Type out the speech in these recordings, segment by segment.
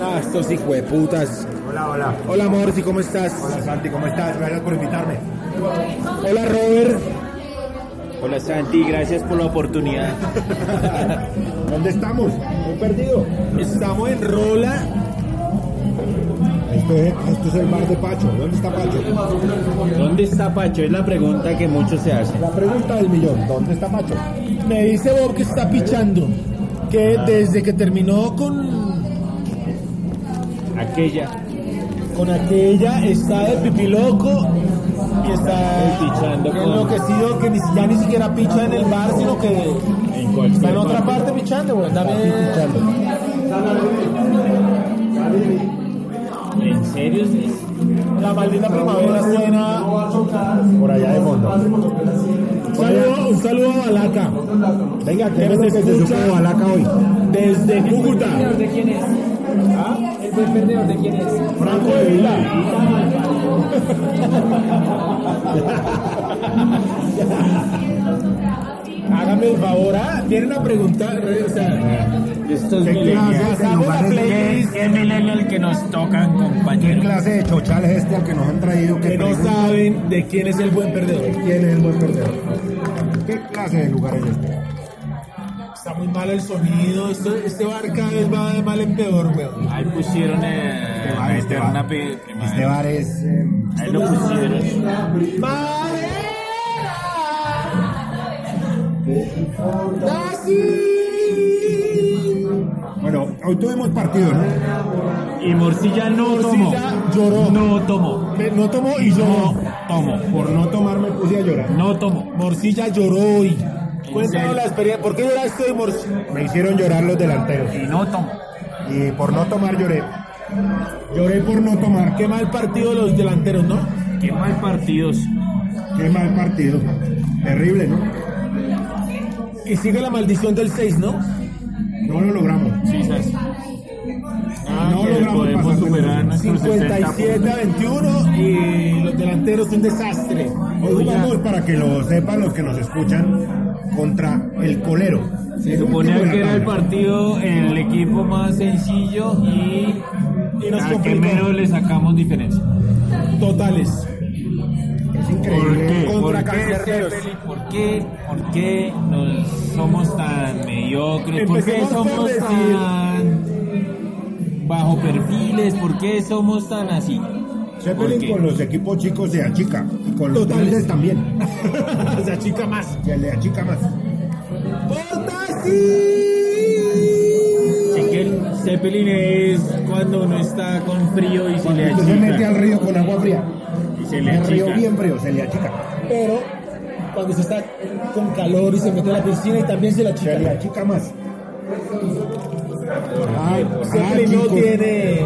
Ah, estos hijos de putas. Hola, hola. Hola Morsi, ¿cómo estás? Hola Santi, ¿cómo estás? Gracias por invitarme. Hola Robert. Hola Santi, gracias por la oportunidad. ¿Dónde estamos? Muy perdido. Estamos en Rola. Esto es, esto es el bar de Pacho. ¿Dónde está Pacho? ¿Dónde está Pacho? Es la pregunta que muchos se hacen. La pregunta del millón. ¿Dónde está Pacho? Me dice Bob que está pichando. Ah. Que desde que terminó con, Aquella, con aquella está de pipi loco y está Pichando con- enloquecido que ni, ya ni siquiera picha en el bar, sino que en cualquier está en otra parte. parte pichando. güey. Dame- ¿En serio? sí? La maldita primavera suena. Por allá de fondo. Un saludo, un saludo a Balaca. Venga, ¿qué Que es lo nos que se supo escucha. de Balaca hoy? Desde Cúcuta. ¿De quién es? ¿El buen perdedor de quién es? Franco de Vila. Hágame el favor, ¿ah? Tienen una pregunta, eh, o sea, Estos Eh, ¿Qué millennials. clase de hago la lugar es playlist. este? ¿Qué Este millennial que nos tocan, ¿Qué compañero? clase de chochal es este al que nos han traído? que no pregunta saben de quién es el buen perdedor. ¿Quién es el buen perdedor? ¿Qué clase de lugar es este? Está muy mal el sonido, esto- este bar cada vez va de mal en peor, weón. Ahí pusieron eh, Este la bar, este eterna bar. pe- Este primavera. bar es... eh, Ahí lo pusieron. Bueno, hoy tuvimos partido, ¿no? Y Morcilla no tomó. Morcilla lloró. No tomó. Me- No tomó y yo. No tomó. Por no tomar me puse a llorar. No tomó. Morcilla lloró hoy. serio? Cuéntanos la experiencia. ¿Por qué lloraste hoy, Morcilla? Me hicieron llorar los delanteros. Y no tomó. Y por no tomar lloré. Lloré por no tomar. Qué mal partido los delanteros, ¿no? Qué mal partidos. Qué mal partido. Terrible, ¿no? Y sigue la maldición del 6, ¿no? No lo logramos. Sí, Sas. no Ah, que logramos podemos pasar de superar nuestros 60 57 a 21 y los delanteros un desastre. Hoy jugamos, para que lo sepan los que nos escuchan, contra el colero. Se El suponía último de la que era el tabla. partido, el equipo más sencillo y, Y nos al que complicó. menos le sacamos diferencia. Totales. Es increíble. Contra ¿Por qué, Cancerberos. Feli? ¿Por qué? ¿Por qué nos somos tan mediocres? ¿Por qué Empecemos por somos decir- tan bajo perfiles? ¿Por qué somos tan así? ¿Por Zeppelin qué? con los equipos chicos se achica. Y con los Totales. grandes también. Se achica más. Se le achica más. Cheque- Zeppelin es cuando uno está con frío y se le Cuando se mete achica. al río con agua fría. Y se le El río achica. bien frío, se le achica. Pero cuando se está con calor y se mete a la piscina y también se la Se le chica. achica más. Ah, ah, Siempre no chicos. tiene,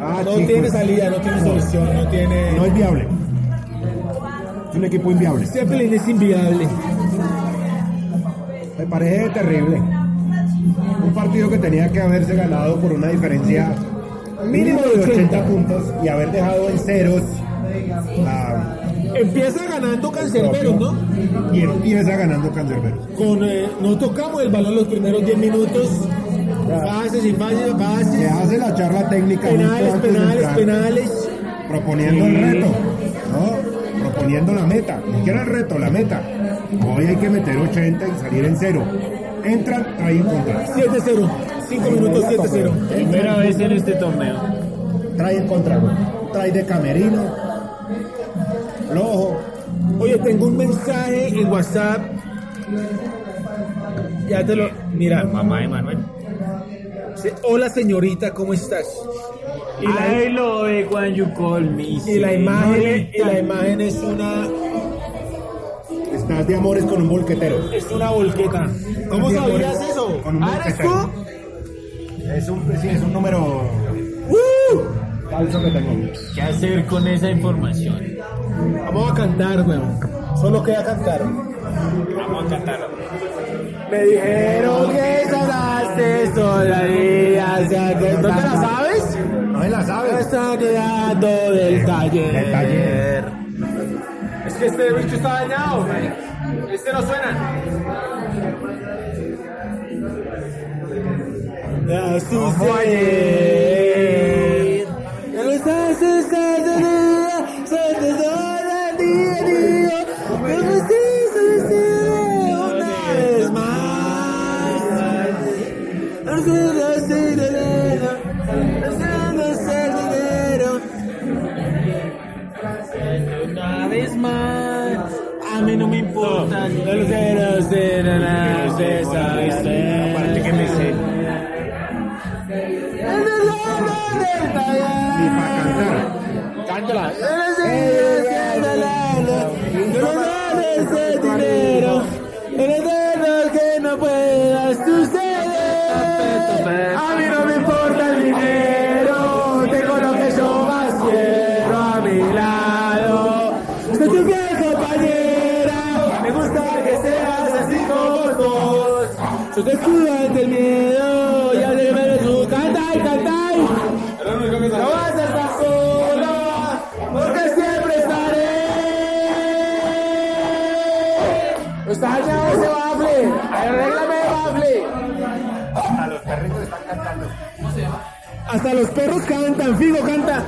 Ah, no chicos. tiene salida, no tiene solución, no tiene. No es viable. Es un equipo inviable. Zeppelin es inviable. Me parece terrible. Un partido que tenía que haberse ganado por una diferencia mínimo de 80 puntos y haber dejado en ceros a- Empieza ganando Cancerberos, ¿no? y empieza ganando Cancerbero. con eh, no tocamos el balón los primeros 10 minutos pases y fallas Se pases hace la charla técnica justo penales antes de penales entrar, penales proponiendo el reto, ¿no? proponiendo la meta, ni siquiera el reto, la meta. Hoy hay que meter 80 y salir en cero. Entran, traen contra. 7-0 5 minutos 7-0 Primera vez en este torneo. Trae en contra, güey. trae de camerino, lojo. oye tengo un mensaje en whatsapp Ya te lo. Mira. Mamá de Manuel. se- Hola señorita, ¿cómo estás? Y la, I love it when you call me. y la imagen, y la señorita. imagen es una Estás de amores con un bolquetero. es una volqueta. ¿Cómo Estás de sabías amores eso? Con un ¿Ah, eres bolquetero. tú? ¡Uh! Es un, sí, es un número falso que tengo. ¿Qué hacer con esa información? Vamos a cantar, weón. Solo queda cantar. Vamos a cantarla. Me dijeron que sonaste sola y hacia que- ¿No te la sabes? No me la sabes. Está quedando del taller. Del taller. Es que este bicho está dañado, Este no suena. Ya sucede. Ya lo estás estando de la suerte sola, día a día. Pero sí, sucede una vez más. Haciendo hacer dinero, haciendo hacer dinero. Una vez más. A mí no me importa. No lo sé, no lo sé, no lo sé, sabes, sé. Aparte que me sé. Ese es el amor del Y taller. para cantar. Cántala. Eres el alma, yo no sabes el dinero. Eres de los que no puedas suceder. A mí no me importa el dinero, tengo lo que yo más quiero a mi lado. Soy tu fiel compañera, me gusta que seas así como vos. Yo te escudo ante el miedo, ya te me tú canta y canta no vas a estar sola, porque siempre estaré. Está dañado ese bafle, arréglame el bafle. A los perritos están cantando. Hasta los perros cantan, Figo canta.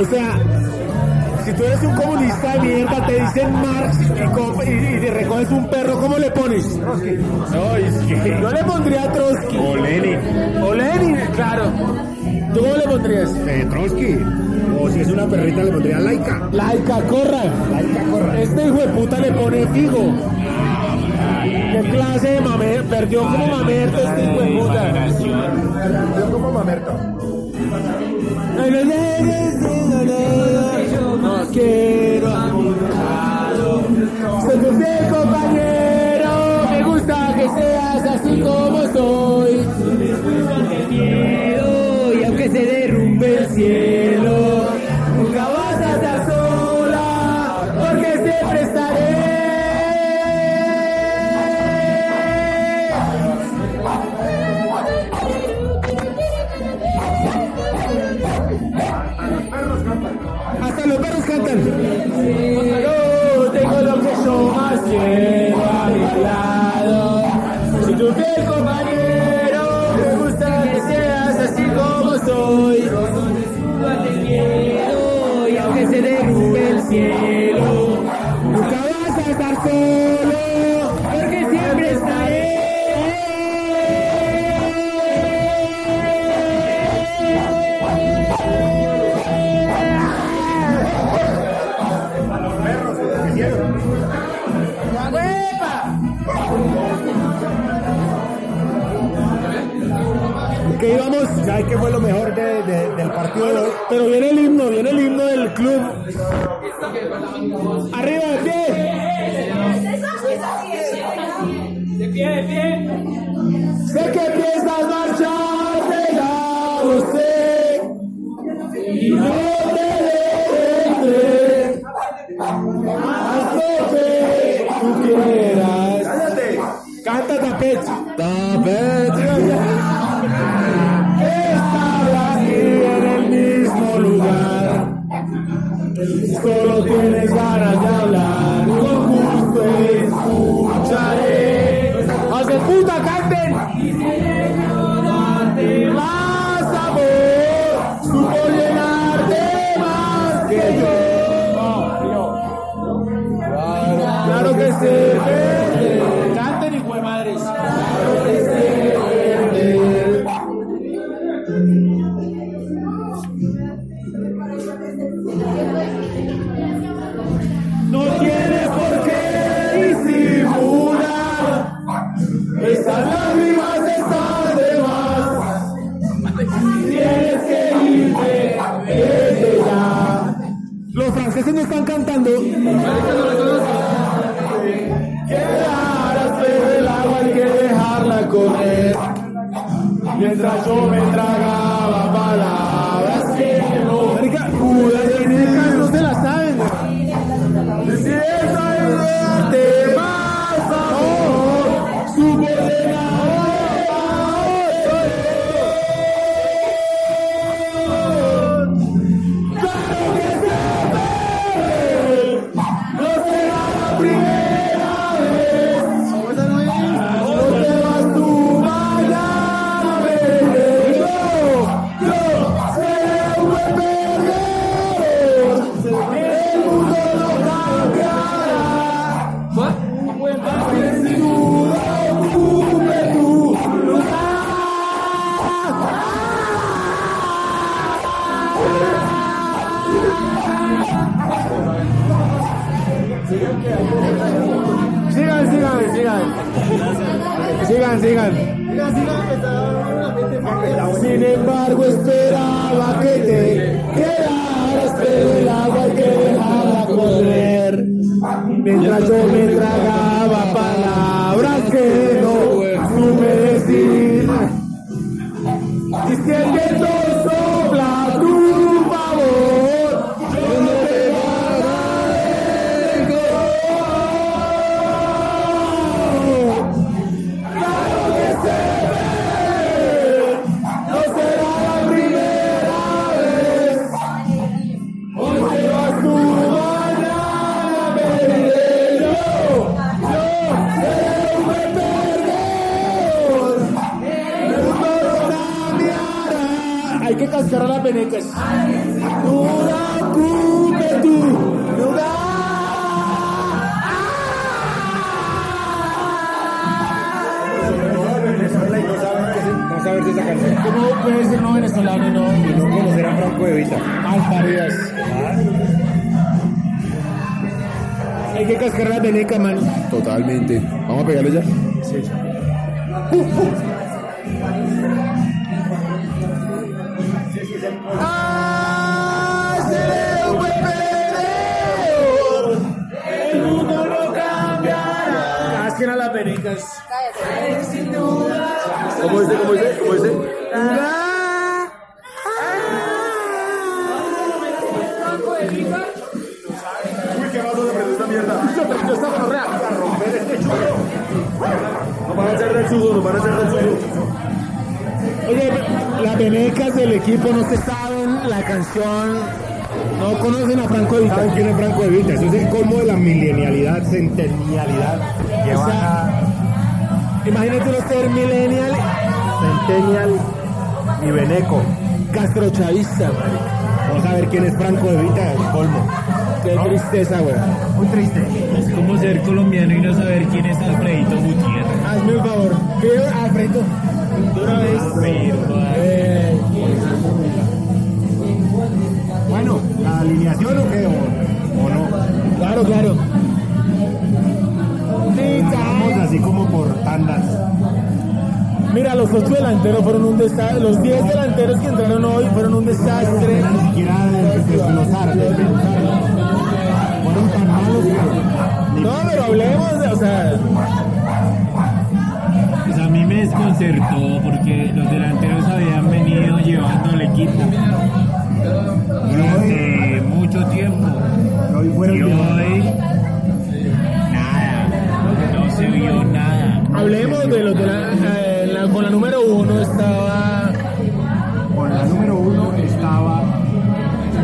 O sea, si tú eres un comunista de mierda, te dicen Marx y, co- y, y te recoges un perro, ¿cómo le pones? No, es que. Yo le pondría a Trotsky. O Lenin. O Lenin, claro. ¿Tú cómo le pondrías? Eh, Trotsky. O si es una perrita, le pondría laica. Laica, corra. Laica corra. Este hijo de puta le pone fijo. ¿Qué clase de mame? Perdió como mamerto este hijo de puta. Yo como mamerto. No quiero a mi lado. Soy tu fiel compañero. Me gusta que seas así como soy. miedo y aunque se derrumbe el cielo, nunca vas a estar sola, porque siempre estaré. Hasta los perros cantan. Yo tengo lo que yo más quiero a mi lado. Soy tu fiel compañero. Me gusta que seas así como soy. Te quiero y aunque se derrumbe el cielo, nunca vas a estar solo porque siempre estaré. Que íbamos. ¿Sabes qué fue lo mejor de- de- del partido de hoy? Pero viene el himno, viene el himno del club. Arriba de pie. Sé que piensas marcharte ya lo sé. Y no te detendré. Haz lo que tú quieras. Cállate. Canta tapete. Tapete. Estar aquí en el mismo lugar. Solo tienes ganas de hablar, con gusto escucharé. ¡Hace puta, canten! Más amor, supo llenarte más que yo. Claro que se vende. Canten, hijo de madres. Claro que se vende. No tienes por qué disimular. Estas lágrimas están de más. Tienes que irte desde ya. Los franceses no están cantando. Quedarás pero el agua hay que dejarla correr. Mientras yo me tragaba palabras que no pude decir. No se la saben, güey. Si esa idea te vas a no, subordinador soy yo. Claro que se puede, no será la primera vez. No te vas tú, vaya, vete. Yo, yo seré un buen perdedor. El mundo no cambiará. Un buen papel sin duda, ocupe tu Sigan, sigan, sigan. Sigan, sigan. Sin embargo, esperaba que te quedaras, pero el agua hay que dejarla correr. Mientras yo me tragaba palabras que no supe decir. Y si el viento sopla a tu favor, yo no te guardaré. No será la primera vez. Hoy te vas tú, mañana me iré yo. Yo seré un buen perdedor. El mundo no cambiará. Hay que cascar a la penecas. Tú la ocupes tú. No No saber si esa canción. ¿Cómo puede ser no venezolano y no? No conocer a Franco de Vita. Malparidas. Hay que cascar la peneca, man. Totalmente. Vamos a pegarle ya. ¡Ay, seré un buen perdedor! El mundo no cambiará. Casquen a las pericas. ¿Cómo dice? ¿Cómo dice? ¿Cómo dice? Uy, qué vaso de prender esta mierda. Yo prendo esta gonorrea para romper este churro. Nos van a hacer rechudo, nos van a hacer rechudo. Oye, las penecas del equipo no se saben la canción. No conocen a Franco Evita. ¿Saben quién es Franco de Vita? Eso es el colmo de la milenialidad, centenialidad. Que O van a- sea, imagínate uno ser millennial, Centennial y Beneco. castrochavista, marica. Vamos a ver quién es Franco Evita, el colmo. Qué tristeza, güey. Muy triste. Es como ser colombiano y no saber quién es Alfredito Gutiérrez. Hazme un favor. Pido Alfredo. Dura vez. Eh, Bueno, ¿la alineación o qué? ¿O, o no? claro, claro. Vamos así como por tandas. Mira, los ocho delanteros fueron un desastre. Los 10 delanteros que entraron hoy fueron un desastre. Ni siquiera de de desglosar. de desglosar. Fueron tan malos que... No, pero hablemos, de- o sea, Pues a mí me desconcertó porque los delanteros habían venido llevando al equipo durante mucho tiempo. Pero hoy fueron Y que- hoy, nada, no se vio nada. hablemos de los delanteros. con la número uno estaba Con la número uno estaba...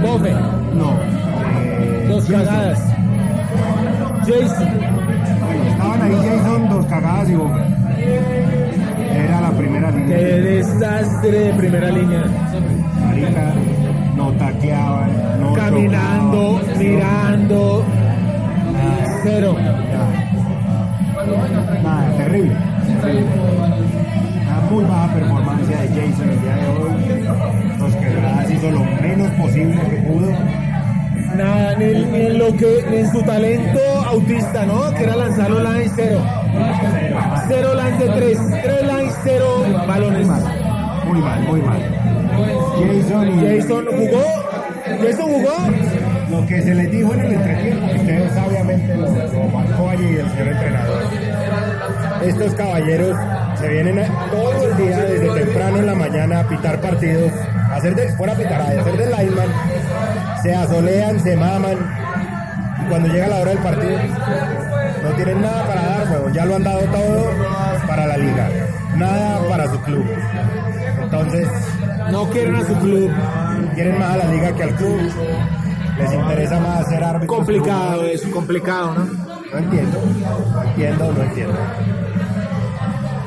Bofe, No. eh, dos cagadas. Jason, Estaban ahí Jason, dos cagadas y Boca. Era la primera qué línea. desastre de primera línea. Marica, no taqueaban, no Caminando, chocaban, no- mirando, cero. Nada, terrible. pues Una muy baja performance de Jason el día de hoy. Los quebradas hizo lo menos posible. posible que pudo. Nada, ni, en- ni en lo que, ni en su talento autista, ¿no? Que era lanzar los lines cero. Cero lines de tres, tres lines, cero balones. Muy mal, muy mal. Jason y Jason jugó, Jason jugó, lo que se les dijo en el entretiempo, que ustedes sabiamente lo, lo marcó allí el señor entrenador. Estos caballeros se vienen a- todo el día, desde temprano en la mañana, a pitar partidos, a hacer de, fuera a pitar, a hacer de lineman, se asolean, se maman, y cuando llega la hora del partido, no tienen nada para dar, huevón. ya lo han dado todo para la liga, nada para su club. Entonces, no quieren a su club. quieren más a la liga que al club. Les interesa más ser árbitros. Complicado eso, complicado, ¿no? No entiendo, no entiendo, no entiendo.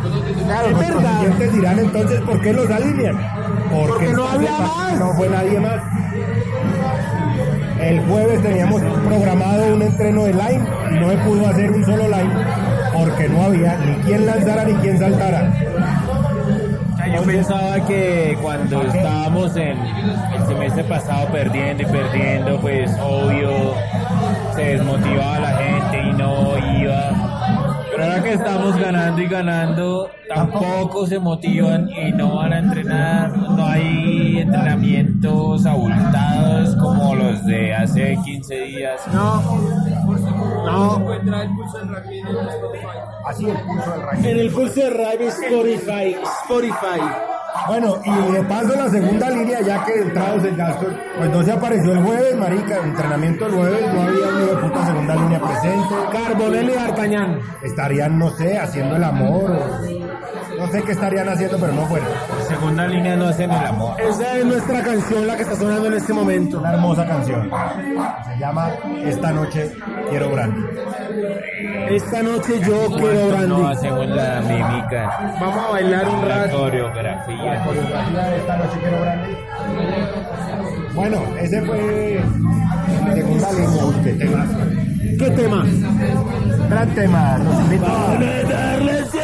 pues, Claro, Los conscientes dirán entonces por qué los alinean. Porque no esta había cepa más. No fue nadie más. El jueves teníamos programado un entreno de line y no se pudo hacer un solo line porque no había ni quien lanzara ni quien saltara. Yo pensaba que cuando estábamos en el semestre pasado perdiendo y perdiendo, pues obvio se desmotivaba la gente y no iba. Pero ahora que estamos ganando y ganando, tampoco se motivan y no van a entrenar. No hay entrenamientos abultados como los de hace 15 días. No, no. Así el curso del ranking. En el curso de Rave Spotify, Spotify. Bueno, y de paso la segunda línea, ya que entrados en gastos, pues no se apareció el jueves, marica, entrenamiento el jueves, no había ni de puta segunda línea presente. Carbonelli y D'Artagnan. Estarían, no sé, haciendo el amor, o- no sé qué estarían haciendo, pero no fueron. Segunda línea no hacen el amor. Esa es nuestra canción, la que está sonando en este momento. Una hermosa canción. Se llama Esta noche quiero brandy. Esta noche yo quiero No brandy. hacemos la mímica, Vamos a bailar un la rato. coreografía. Coreografía de Esta noche quiero brandy. Bueno, ese fue la segunda línea. Uy, qué tema. ¿Qué tema? Gran tema. Los invito a-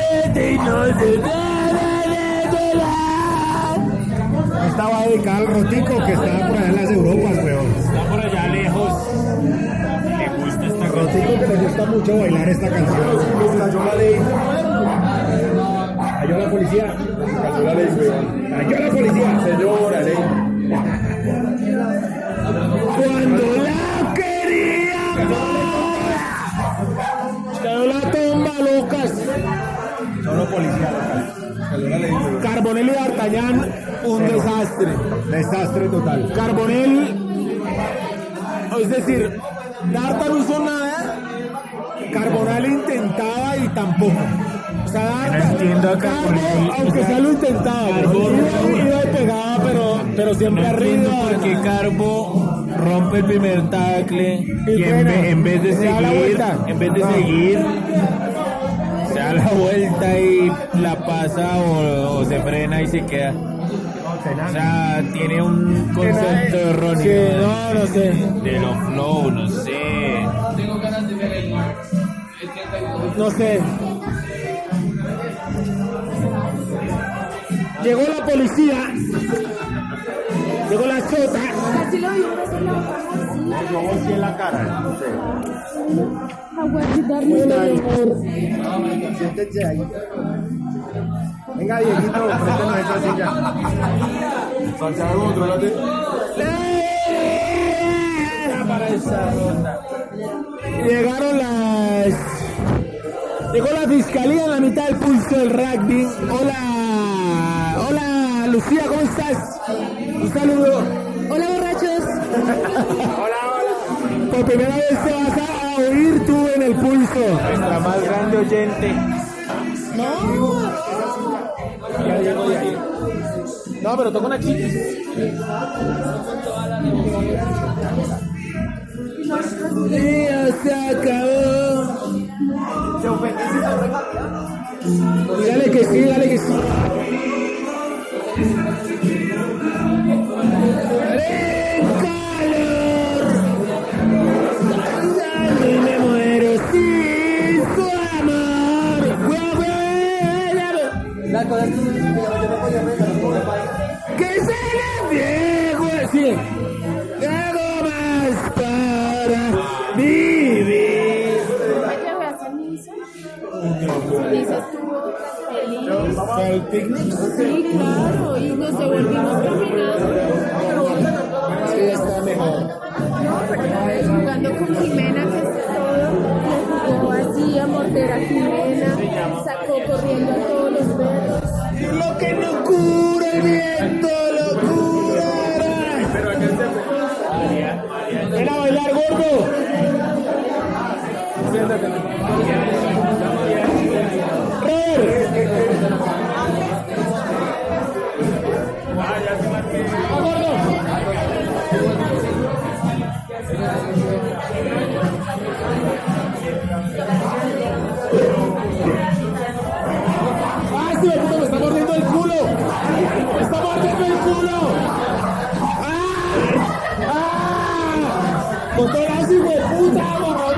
Estaba dedicada al rotico que estaba por allá en las Europas, weón. Está por allá lejos. Le gusta esta cosa. Rotico que le gusta mucho bailar esta canción. Cayó la ley. Cayó la policía. Cayó la ley, weón. Cayó la policía. Se llevó la ley. Cuando la quería bola. Cayó la tumba, Lucas. Solo policía local. Cayó la ley, weón. Carbonelli y D'Artagnan, un desastre. Desastre total. Carbonell, es decir, Darta no hizo nada, Carbonell intentaba y tampoco. O sea, Darta, No entiendo a Carbonell, Carbo, aunque sea lo intentaba, iba, iba y pegaba, pero, pero siempre No entiendo arriba. por qué Carbo rompe el primer tackle y en, bueno, ve- en vez de se da la seguir, vuelta. en vez de No. seguir, se da la vuelta y la pasa o, o se frena y se queda. O sea, tiene un concepto erróneo Sí, no, no sé. de los flow, no sé. No sé. Llegó la policía. Llegó la chota. Bueno, mi amor. Siéntense ahí. Venga, Dieguito, préstanos esa silla. Santiago, controlate. ¡Eh! Llegaron las. Llegó la fiscalía en la mitad del pulso del rugby. Hola. Hola, Lucía, ¿cómo estás? Un saludo. Hola, borrachos. Por primera vez te vas a oír tú en el pulso. La más grande oyente. No, pero toca una chiquis. Día se acabó. Y Dale que sí, dale que sí. ¡Haré calor! Dale, me muero sin su amor. Guau, guau, dale. Que se le viejo. Sigue. para vivir. ¿Para el picnic? Sí, claro, y nos devolvimos caminando. Sí, está mejor. jugando con Jimena, que hace todo, le jugó así a morder a Jimena, sacó corriendo a todos los perros. Lo que no cura el viento, lo curará. Ven a bailar, gordo. Robert. Vamos, gordo. ¡Ah, este puta me está mordiendo el culo! ¡Me está mordiendo el culo! ¡Ah! ¡Ah! ¡Controlazo, hijo de puta, morrón!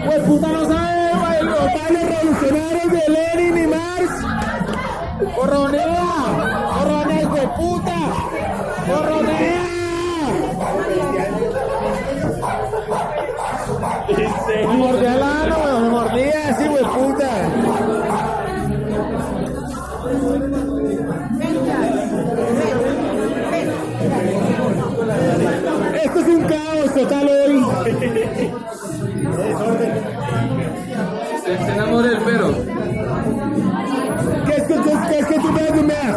¡Hijo de puta no sabe güey, los bailes revolucionarios de Lenin y Marx! ¡Corronea! ¡Corronea, hijo de puta! ¡Corronea! Me mordía el ano, weón, me mordía así, güey, puta. Esto es un um caos tá total hoy. Se, se enamora el perro. Qu'est-ce que tu- qu'est-ce que tu veux de mer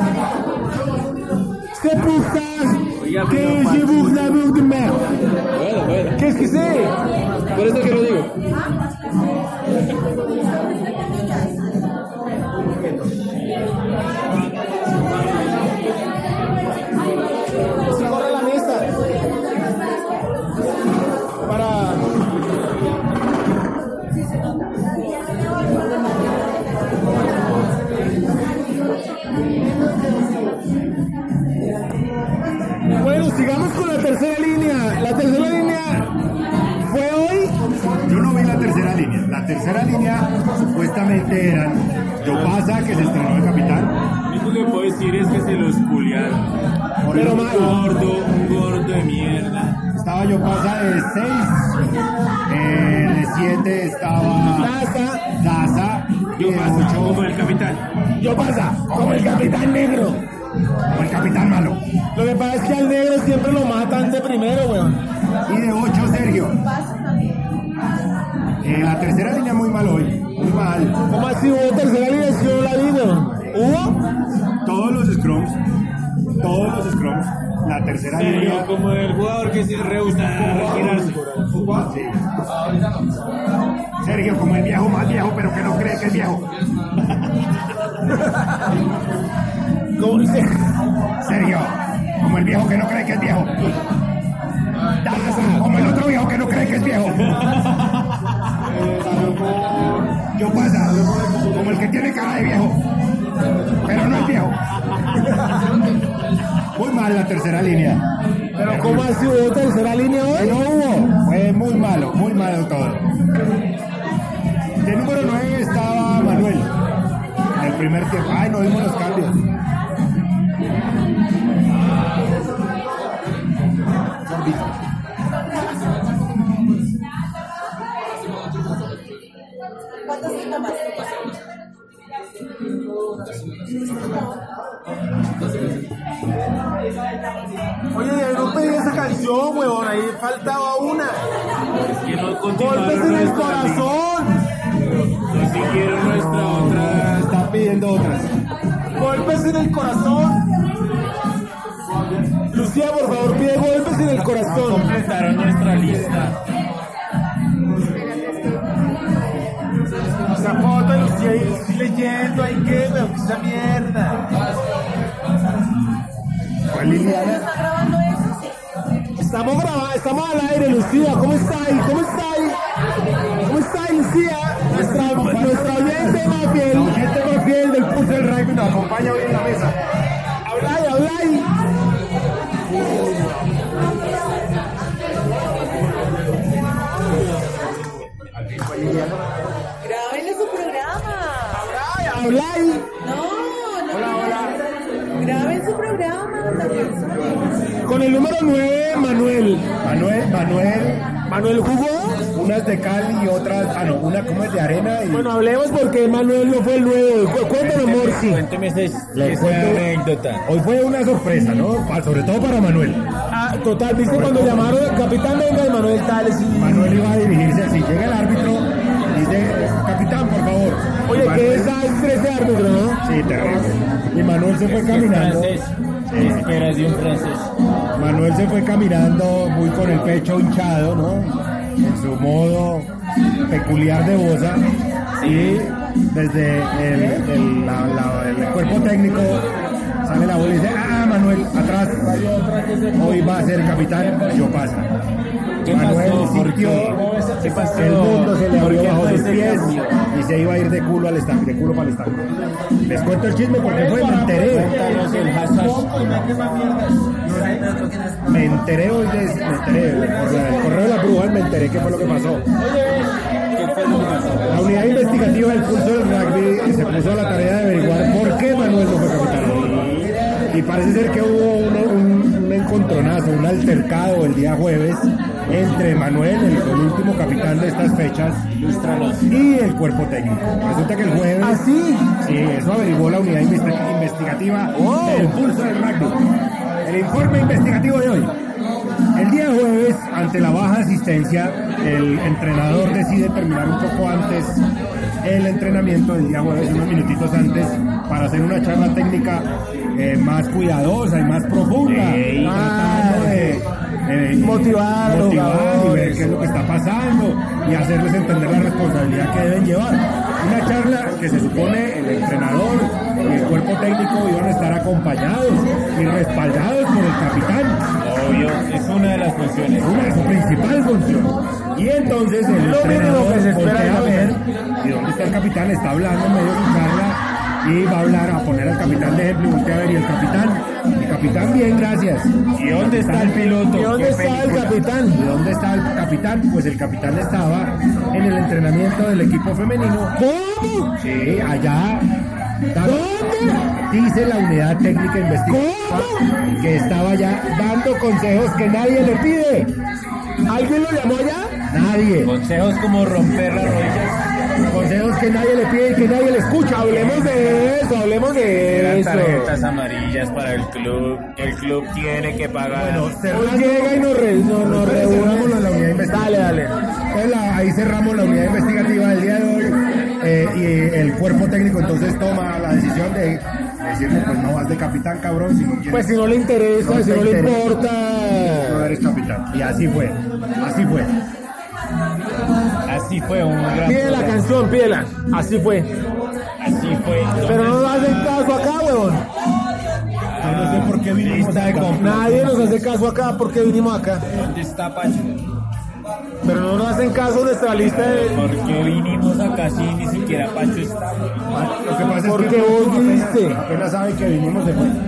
C'est pour ça que je vous l'amour de mer. Bueno, bueno. Qu'est-ce que c'est Por eso que lo digo. Se corre la é mesa. Para. Bueno, sigamos con la tercera línea. La tercera línea fue hoy Yo no vi la tercera línea. La tercera línea supuestamente era Yopasa, que se estrenó en Capital. Lo único que puedo decir es que se los culiaron. Pero Un mal. gordo, un gordo de mierda. Estaba Yopasa de 6, de 7 estaba Plaza. Daza, Yo de paso ocho, como el capitán. Yo pasa, como el capitán negro. o el Capitán Malo. Lo que pasa es que al negro siempre lo matan de primero, weón. Y de 8, Sergio. Eh, la tercera línea muy mal hoy, muy mal. ¿Cómo así hubo tercera línea si yo no la vi, weón? ¿Hubo? Todos los scrums, todos los scrums, la tercera línea. Pero como el jugador que se rehúsa a retirarse. Sí. Sergio, como el viejo más viejo, pero que no cree que es viejo. ¿Cómo? Sergio, como el viejo que no cree que es viejo. Daza, como el otro viejo que no cree que es viejo. Yo pasa, como el que tiene cara de viejo, pero no es viejo. Muy mal la tercera línea. ¿Pero cómo así hubo tercera línea hoy? No hubo, fue muy malo, muy malo todo. De número 9 estaba Manuel. En el primer tiempo. Ay, no vimos los cambios. Oye, no pedí esa canción, weón. Ahí faltaba una. Que no continuaron Golpes en el nuestra corazón. liga. No siguieron nuestra otra. Está pidiendo otras. Golpes en el corazón. Lucía, por favor, pide golpes en el corazón. Completaron nuestra lista. Zapota, Lucía, ahí leyendo, ahí qué, weón, que esa mierda. Fue Liliana. Estamos grabando, estamos al aire, Lucía. ¿Cómo está ahí? ¿Cómo está ahí? ¿Cómo está ahí, Lucía? Nuestra, nuestra oyente más La fiel. gente más fiel del curso del rugby nos acompaña hoy en la mesa. Hablay, hablay. Graben su programa. Hablay. No, no. Hola, hola. Graben su programa, la persona. Con el número 9, Manuel. Manuel, Manuel, Manuel jugó. unas de cal y otras, ah no, una como es de arena y Bueno, hablemos porque Manuel no fue el nuevo. Cu- Cuéntanos, Morsi. Cuénteme esa, Le esa cuento- anécdota. hoy fue una sorpresa, ¿no? Pa- Sobre todo para Manuel. Ah, total, viste cuando llamaron al capitán venga y Manuel Tales. y- Manuel iba a dirigirse así, llega el árbitro, dice, capitán, por favor. Oye, Manuel- que esa es 13 árbitro, ¿no? Sí, terrible. Y Manuel se fue caminando. Francés. ¿Qué esperas de un francés? Manuel se fue caminando muy con el pecho hinchado, ¿no? En su modo peculiar de bosa. Y desde el, el- la- la- el cuerpo técnico sale la bola y dice, ah, Manuel, atrás. Hoy va a ser capitán, yo paso. ¿Qué Manuel pasó? ¿Por sintió qué? ¿Qué pasó? que el mundo se le ¿Por abrió qué este bajo fue sus ese pies cambio? y se iba a ir de culo al estanque, de culo para el estanque. Les cuento el chisme porque fue, me enteré. pues, Cuéntanos el hashtag. Me enteré hoy, de, me enteré por la- el correo de la bruja, me enteré qué fue lo que pasó. ¿Qué fue lo que pasó? La unidad investigativa del pulso del rugby se puso a la tarea de averiguar por qué Manuel no fue capitán. Y parece ser que hubo un, un- un encontronazo, un altercado el día jueves entre Manuel, el, el último capitán de estas fechas, y el cuerpo técnico. Resulta que el jueves... Así. Sí, eso averiguó la unidad investi- investigativa del pulso del rugby. El informe investigativo de hoy. El día jueves, ante la baja asistencia, el entrenador decide terminar un poco antes el entrenamiento del día jueves, unos minutitos antes, para hacer una charla técnica eh, más cuidadosa y más profunda. Ey. tratando de, eh, Motivar a los motivar y ver jugadores. qué es lo que está pasando y hacerles entender la responsabilidad que deben llevar. Una charla que se supone el entrenador y el cuerpo técnico iban a estar acompañados y respaldados por el capitán. Obvio, es una de las funciones. Una de su principal función. Y entonces el Lo mínimo entrenador que se espera voltea a del ver y dónde está el capitán, está hablando en medio de su charla y va a hablar, a poner al capitán de ejemplo y voltea a ver y el capitán, el capitán bien, gracias. ¿Y dónde está el piloto? ¿Y dónde ¿Qué está el película? capitán? ¿Y dónde está el capitán? Pues el capitán estaba en el entrenamiento del equipo femenino. ¿Cómo? Sí, allá. ¿Dónde? Dice la unidad técnica investigativa ¿Cómo? que estaba allá dando consejos que nadie le pide. ¿Alguien lo llamó ya? Nadie. Consejos como romper las rodillas. Consejos que nadie le pide y que nadie le escucha. Hablemos de eso, hablemos de Eran eso. tarjetas amarillas para el club. El club tiene que pagar. Hoy llega y nos, re, no, nos Espérate, reúne. cerramos la- la unidad investigativa. Dale, dale. Entonces, la- ahí cerramos la unidad investigativa del día de hoy eh, y el cuerpo técnico entonces toma la decisión de decirle pues no vas de capitán cabrón si no quieres Pues si no le interesa, No si te no le interesa. no importa. eres capitán y así fue así fue Así fue un gran. Pide la canción, pídela. Así fue. Así fue. Pero no nos hacen caso acá, huevón. Ah, yo no sé por qué vinimos Lista de acá. compra. Nadie nos hace caso acá porque vinimos acá. ¿Dónde está Pacho? Pero no nos hacen caso nuestra lista de. ¿Por qué vinimos acá si ni siquiera Pacho está? lo que pasa Porque es que vos apenas- viniste. apenas sabe que vinimos de vuelta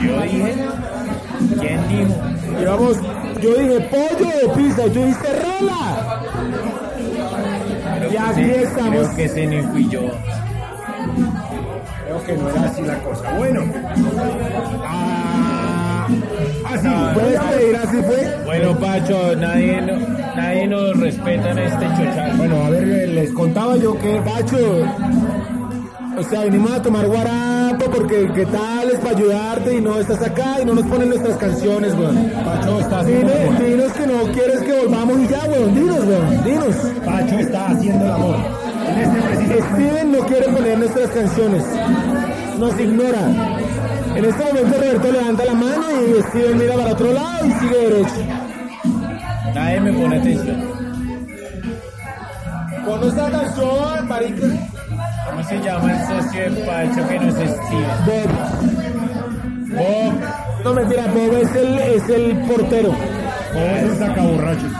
Yo dije. ¿Quién dijo? Llevamos. Yo dije pollo o pizza, y tú dijiste rola. Creo Y que aquí ese- estamos. Creo que ese ni fui yo. creo que no era así la cosa bueno ah, así Puedes pedir así fue. Bueno, Pacho, nadie, no- nadie nos respeta en este chochal. Bueno, a ver, eh, les contaba yo que, Pacho. O sea, vinimos a tomar guarapo porque qué tal es para ayudarte y no estás acá y no nos ponen nuestras canciones, weón. Pacho está haciendo el Dime- amor Dinos que no quieres que volvamos y ya, weón. Dinos, weón. Dinos. Pacho está haciendo el amor en este preciso Steven no quiere poner nuestras canciones. Nos ignora. En este momento Roberto levanta la mano y Steven mira para otro lado y sigue derecho. Nadie me pone atención. Con nuestra canción, marica. ¿Cómo se llama el socio de Pacho que nos estima? Bob. Bob. No mentira, Bob es el, es el portero. es un sacaborrachos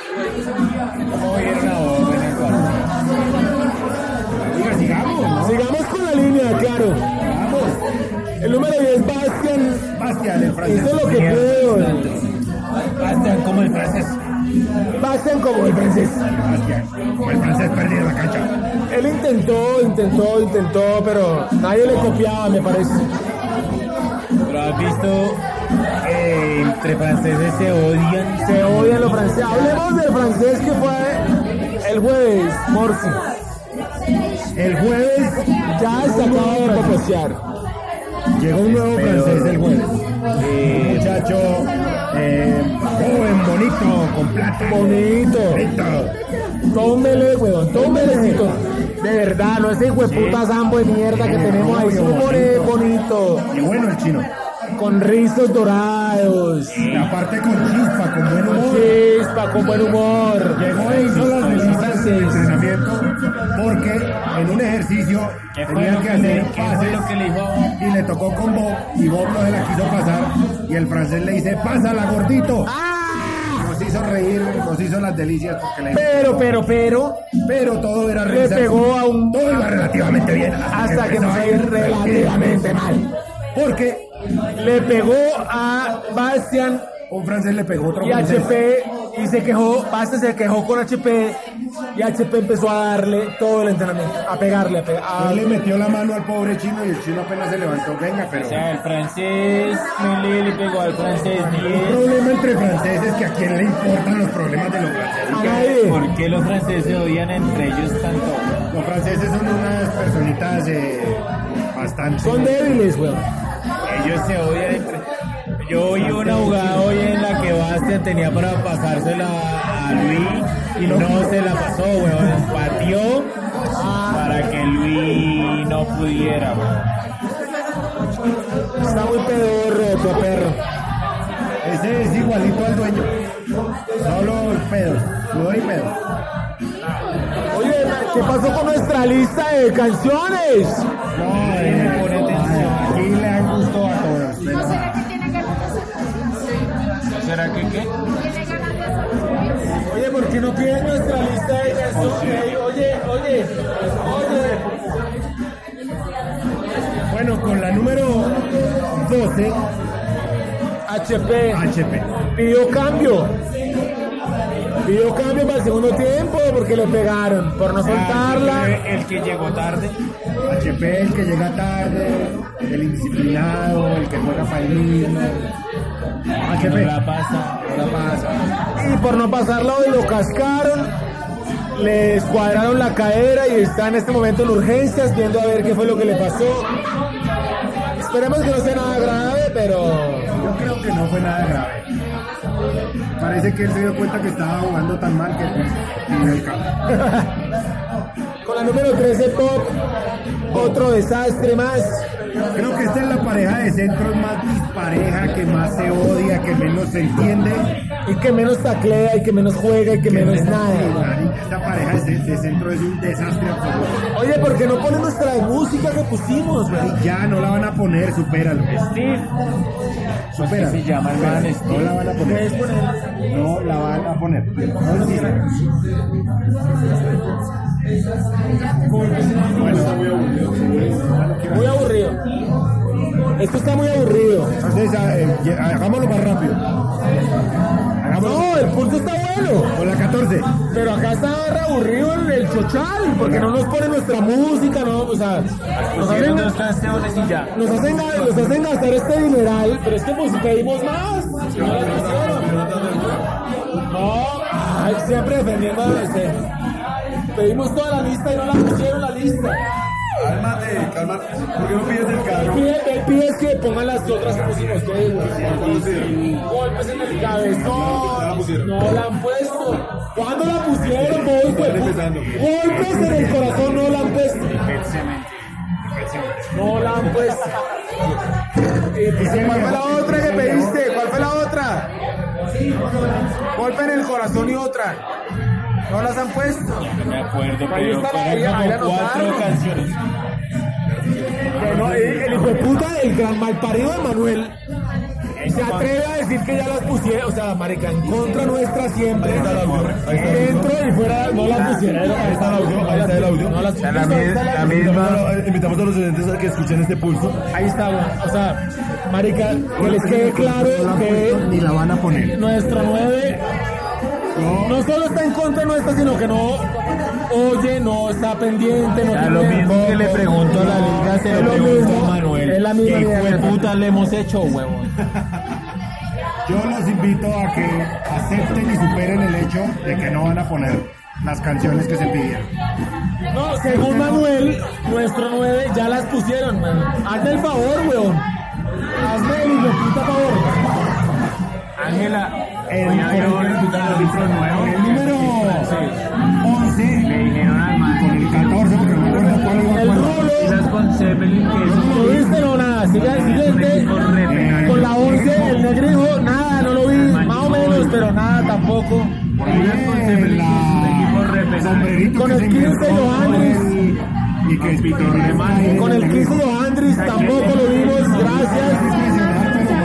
¿Cómo vieron a Bob en el cuarto? Oiga, sigamos, ¿no? Sigamos con la línea, claro. Vamos. El número 10, Bastian. Bastian, el Hizo francés. lo que pudo. Bastian, como el francés. Bastian como el francés. Bastian. El francés perdido en la cancha. Él intentó, intentó, intentó, pero nadie le copiaba, me parece. Pero has visto eh, entre franceses se odian. Se odian los franceses. Hablemos del francés que fue el jueves, Morsi. El jueves Ya se acaba de propiciar. llegó un nuevo Espero- francés el jueves. Eh, Muchacho eh, joven, bonito, con plata. Bonito. Bonito. Tómele, weón. Tómele, chico. De verdad, no ese hijo de puta zambo de mierda que tenemos ahí. Obvio, Un more bonito. Y bueno el chino. Con rizos dorados. Y aparte con chispa, con buen humor. Chispa, con buen humor. Llegó e hizo las delicias del entrenamiento porque en un ejercicio ¿Qué fue tenía lo que que le- hacer qué fue pases lo que le dijo a Bob? y le tocó con Bob y Bob no se la quiso pasar y el francés le dice, pásala gordito. Nos hizo reír, nos hizo las delicias porque le Pero, pero, pero. pero todo era Le risa. pegó a un. Todo iba relativamente bien. Hasta que empezó nos a fue relativamente mal. Porque Le pegó a Bastian un francés le pegó otro y francés. HP y se quejó, Basta se quejó con HP y HP empezó a darle todo el entrenamiento, a pegarle, a Él pegarle. le metió la mano al pobre chino y el chino apenas se levantó. Venga, pero... o sea, el francés Mele le pegó al francés El 10. problema entre franceses que a quién le importan los problemas de los franceses. A nadie. ¿Por qué los franceses se odian entre ellos tanto? Los franceses son unas personitas eh, bastante... Son débiles, weón. Ellos se odian entre... Yo vi una jugada hoy en la que Bastian tenía para pasársela a Luis y no se la pasó, weón. Pateó para que Luis no pudiera, weón. Está muy pedorro, tu perro. Ese es igualito al dueño. Solo el pedo, sudor y pedo. Oye, ¿qué pasó con nuestra lista de canciones? No, eh, aquí le han gusto a todos. ¿No será que tiene ganas de ¿No será que qué? Tiene ganas de subir. Oye, ¿por qué no piden nuestra lista de canciones? Oye, oye, oye. Bueno, con la número 12, HP, HP. pidió cambio. Pidió cambio para el segundo tiempo porque le pegaron por no soltarla. El que llegó tarde. HP, el que llega tarde, el indisciplinado, el que juega para el mismo. HP. No la pasa. No la pasa. y por no pasarla hoy lo cascaron, le descuadraron la cadera y está en este momento en urgencias viendo a ver qué fue lo que le pasó. Esperemos que no sea nada grave, pero pues, Yo creo que no fue nada grave. Parece que él se dio cuenta que estaba jugando tan mal que pidió el cambio. con la número 13 Pop, otro desastre más. Creo que esta es la pareja de centros más dispareja, que más se odia, que menos se entiende. Y que menos taclea, y que menos juega, y que menos nada. Esta pareja de, de centro es un desastre absoluto. Oye, ¿por qué no ponen nuestra música que pusimos, güey? Y ya no la van a poner, supéralo. Steve. Supera. se llama el man Steve. No la van a poner. No la van a poner. No existe. Muy aburrido. Esto está muy aburrido. Entonces, ah, eh, ya- hagámoslo más rápido. Hagámoslo. No, el pulso está bueno. Con la 14. Pero acá está re aburrido el, el chochal, porque no nos ponen nuestra música, no, o sea, nos hacen, Pusieron dos canciones y ya. nos hacen ga- nos hacen gastar este dineral, pero es que pues pedimos más. No, las pusieron. No, ay, siempre defendiendo a ABC. Pedimos toda la lista y no la pusieron la lista. Cálmate, cálmate. ¿Por qué no pides el carro? Pide, él pide es que pongan las otras músicas que hay, güey. Golpes en el cabezón. No la han puesto. ¿Cuándo la pusieron, boy, güey? Golpes en el corazón no la han puesto. No la han puesto. ¿Cuál fue la otra que pediste? ¿Cuál fue la otra? Golpe en el corazón y otra. No las han puesto. No me acuerdo, Ahí pero está la- ahí- fueron ahí la como cuatro anotaron. canciones. Que no, el, el hijo de puta, el gran malparido de Manuel, se atreve a decir que ya las pusieron, o sea, marica, en contra nuestra siempre, dentro y fuera, no las pusieron. Ahí está el audio, ahí está el audio. No las Está la mi- está la misma- Invitamos a los- Invitamos a los oyentes a que escuchen este pulso. Ahí está, güey. o sea, marica, que les quede claro No la han puesto que ni la van a poner. nuestro 9 no solo está en contra nuestra, sino que no oye, no está pendiente, no O sea, lo mismo que le pregunto a la liga, se Es lo lo pregunto mismo, a Manuel. es la misma ¿Qué hijo de mierda. puta le hemos hecho, huevón? Yo los invito a que acepten y superen el hecho de que no van a poner las canciones que se pidieron. No, según Manuel, nuestro 9 ya las pusieron, man. Hazme el favor, weón. Hazme el puta favor. Ángela, El, hoy había un árbitro nuevo. el número Sí. 11 Le dijeron al con man. el 14, porque no recuerdo cuál iba El cuál. rulo, Quizás con Zeppelin, que es un- ¿lo viste o nada? Sigue al siguiente. Con la 11, el negrijo, nada, no lo vi. Más o menos, pero nada tampoco. Por ahí en la sombrerito Con que el se 15 inventó, Johannes. con el- y que es Pitor Alemán. Con el 15 de Andris tampoco lo vimos, gracias.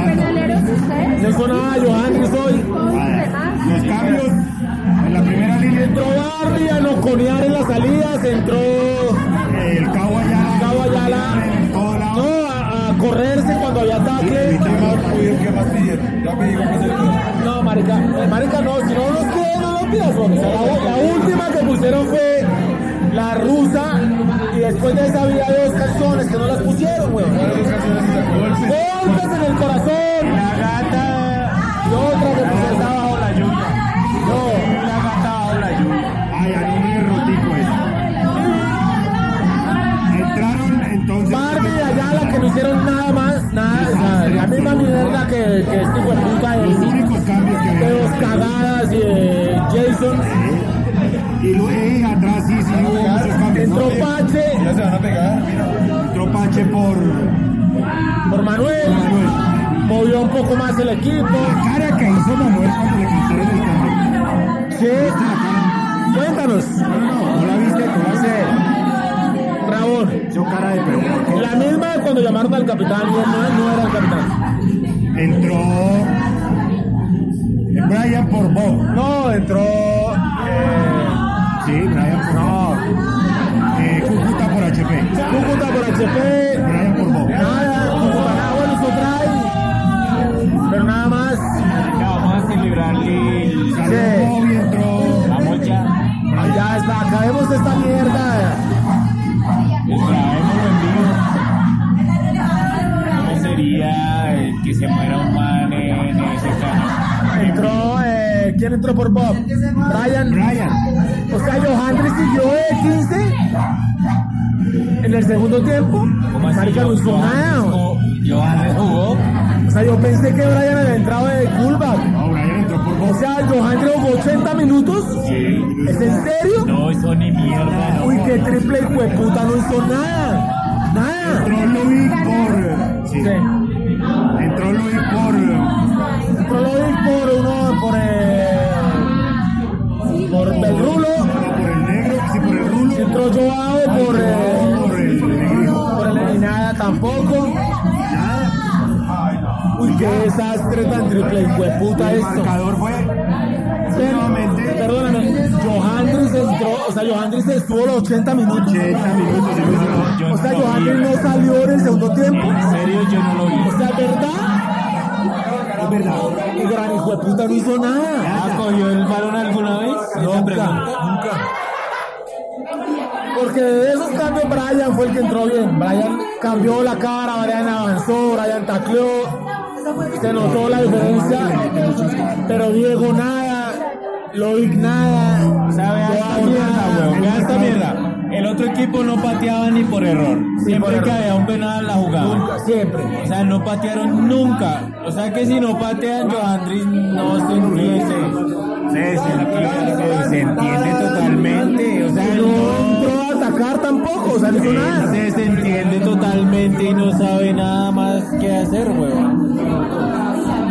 penaleros ustedes? Ah, No hizo nada Johannes hoy. Los cambios en la primera línea Entró Barbie a nos conear en las salidas, entró el Cabo Ayala. Cabo Ayala. en todo lado. No, a, a correrse cuando había ataque. ¿Qué más pidieron? Ya me dijo que se No, marica, eh, marica no, si no los quedan, no los pidas, hombre. O sea, la, la última que pusieron fue la rusa y después de esa había dos canciones que no las pusieron, güey. Golpes en el corazón. La gata. Y otra que pusieron bajo la lluvia. No, la gata bajo la lluvia. Ay, a nombre de Rotico eso. Entraron entonces. Barbie de Ayala que no hicieron nada más, nada, o sea, la misma mierda que, que este hijo de puta Los de, únicos cambios que de había. dos cagadas y de Jason. Y luego eh, atrás sí, sí hubo muchos cambios. ¿no? Entró Pache se van a pegar. Entró Pache por por Manuel. Manuel. movió un poco más el equipo. La cara que hizo Manuel cuando le quitaron el cambio. Sí. Cuéntanos, No, no la viste, tú la viste. Rabón. Yo cara de perro. La misma de cuando llamaron al capitán, no, no, no era el capitán. Entró eh, Brian por Bob. No, entró. eh, Sí, Brian por Bob. Eh, Cúcuta por HP. Cúcuta por HP. Brian por Bob. Nada, Cúcuta nada, bueno, hizo try. Pero nada más. Ya, vamos a celebrarle el- Salió Sí. Bob y entró. la mocha. Ya está, acabemos esta mierda. Les traemos en vivo. ¿Cómo sería el que se muera un man en ese canal? Entró, eh, ¿quién entró por Bob? Brian. Brian. O sea, Johannes siguió de 15 en el segundo tiempo. ¿Cómo así? Marica, no hizo nada. Johannes jugó. O sea, yo pensé que Brian había entrado de fullback. No, Brian entró por O Bob. sea, Johan jugó 80 minutos. ¿Es en serio? No, eso ni mierda, no. Uy, qué triple hueputa, no hizo nada. Nada. Entró Luis por. Sí. Sí. Entró Luis por. Entró Lovic por uno, por el... Por el rulo. no, por el negro, sí, por el rulo. Entró Joao por eh, el... Por el negro. Por el... Y nada, tampoco. Uy, qué desastre tan triple hueputa El esto. marcador fue. Nuevamente. Perdóname, Johandris entró, o sea, Johandris estuvo los 80 minutos. 80 minutos. el mismo. Yo O sea, no lo vi. Johandris no salió en el segundo tiempo. En serio, yo no lo vi. O sea, ¿verdad? Es verdad. El gran hijo de puta no hizo nada. ¿Has cogido el balón alguna vez? Nunca, Porque de esos cambios Brian fue el que entró bien. Brian cambió la cara, Brian avanzó, Brian tacleó. Se notó la diferencia. Pero Diego nada, Loic nada. ¿Sabe? Esta Joao mierda, nada. weón. Vea esta mierda. El otro equipo no pateaba ni por error. Siempre que había un penal la jugada. Nunca, siempre. O sea, no patearon nunca. O sea que si no patean, Joandris no se entiende. Se, se entiende, se- se entiende totalmente. O sea, No no. entró a atacar tampoco, o sea, no hizo Él nada. se desentiende totalmente y no sabe nada más que hacer, weón.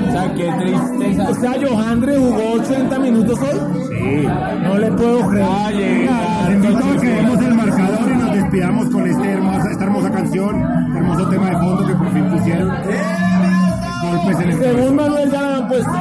O sea, qué tristeza. O sea, Johandre jugó 80 minutos hoy. Sí. No le puedo creer. Oye, Nos invito a que demos el marcador y nos despidamos con este hermosa, esta hermosa canción, este hermoso tema de fondo que por fin pusieron. Golpes en el Según corazón. Manuel ya la han puesto.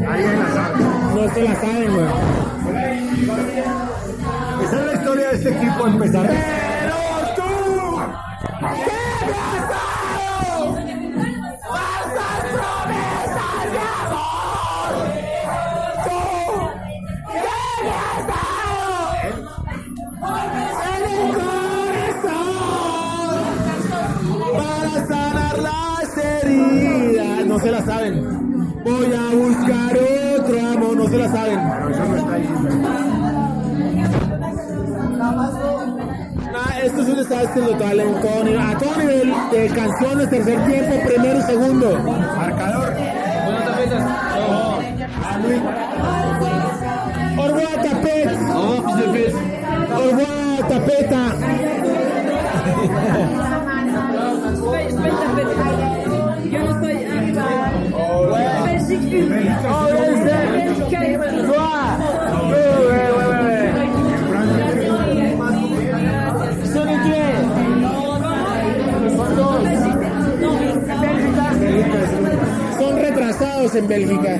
No se la saben, güey. Esa es la historia de este equipo a empezar. Pero tú no se la saben. Voy a buscar otro amo, no se la saben. Nah, Ah, esto es un desastre total en todo nivel, a todo nivel de canciones, tercer tiempo, primero y segundo. Marcador. Orgua Tapet. Orgua Tapeta. Son retrasados en Bélgica.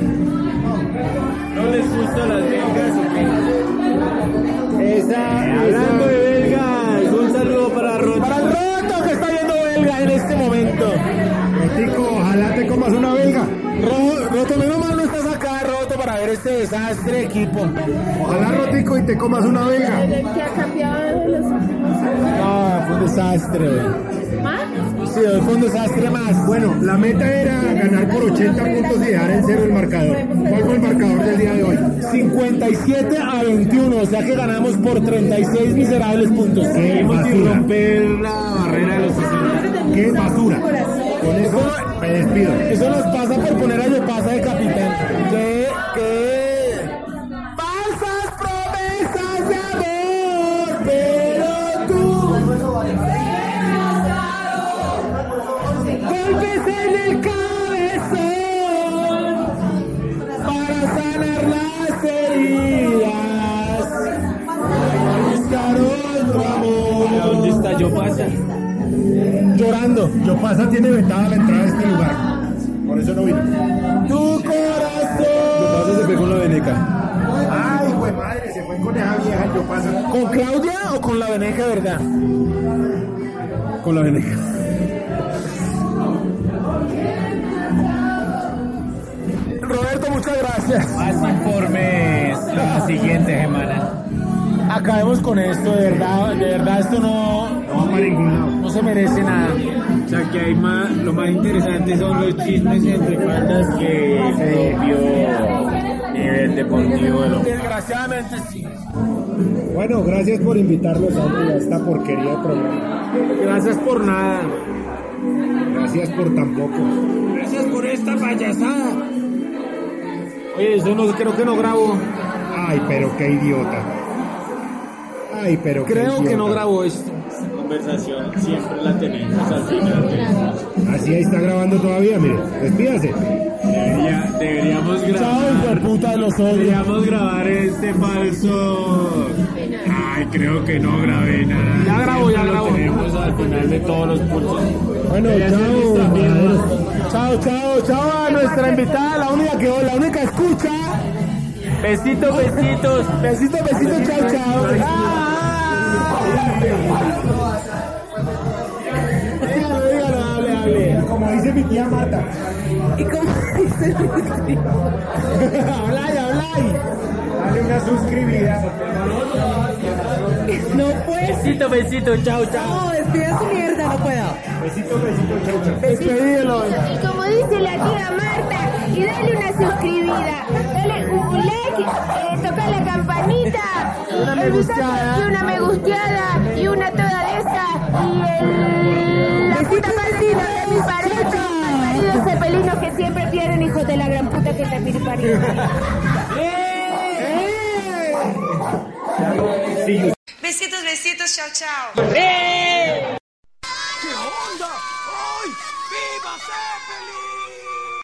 No les gusta las belgas. Eh, Esa, Hablando de belgas, un saludo para Para el Roto. roto que está viendo belga en este momento. Rotico, ojalá te comas una belga. Ro- Roto, menos mal no estás acá, Roto, para ver este desastre de equipo. Ojalá, Rotico, y te comas una belga. que ha cambiado de los últimos años. No, fue un desastre, güey. ¿Más? Sí, hoy fue un desastre más. Bueno, la meta era ganar por 80 puntos y dejar en cero el marcador. ¿Cuál fue el marcador del día de hoy? 57 a 21, o sea que ganamos por 36 miserables puntos. Seguimos sin basura. romper la barrera de los 60. ¡Qué basura! Con eso me despido. Eso nos pasa por poner a Yopasa de capitán. ¿Qué? ¿Qué? Falsas promesas de amor, pero tú. Golpes en el cabezón para sanar las heridas. Buscar otro ¿A amor. dónde está yo pasa? Llorando. Yopasa tiene vetada la entrada a este lugar. Por eso no vino. Tu corazón. Entonces se pegó una veneca. ¡Ay, güey madre! Se fue con esa vieja Yopasa. ¿Con Claudia o con la veneca, verdad? Con la veneca. Roberto, muchas gracias. Más informes la siguiente semana. Acabemos con esto, de verdad, de verdad esto no, No va para ningún lado. no se merece nada. O sea, que hay más, lo más interesante son los chismes entre bandas que el propio nivel deportivo de los Desgraciadamente sí. Bueno, gracias por invitarnos Andrew, a esta porquería de programa. Gracias por nada. Gracias por tampoco. Gracias por esta payasada. Oye, yo no creo que no grabo. ¡Ay, pero qué idiota! ¡Ay, pero qué Creo que no idiota. grabo esto. conversación siempre la tenemos al final. Así ahí está grabando todavía, mire. Despídase. Debería- deberíamos grabar. puta, los odio. Deberíamos grabar este falso. Ay, creo que no grabé nada. Ya grabo, ya Siempre lo grabo. Tenemos al final de todos los cursos. Bueno, Debería ser chao. nuestra firma. Chao, chao, chao a nuestra invitada, la única que la única escucha. Besitos, besitos. Besitos, Ah. besitos, chao, chao. Dígalo, dígalo, hable, hable. Como dice mi tía Marta. ¿Y cómo dice Hablay, hablay. Dale una suscribida. No puedo. Besito, besito, chao, chao. No, despida su mierda, no puedo. Besito, besito, chau, chau. Despedídelo. Y como dice la tía Marta, y dale una suscribida, dale un like, eh, toca la campanita, Una me gusteada. y una me gusteada, y una toda esa, y el, la puta partida de mi pareja, maridos cepelinos que siempre pierden, hijos de la gran puta que te parió. Besitos, besitos, chao, chao. ¡Eh!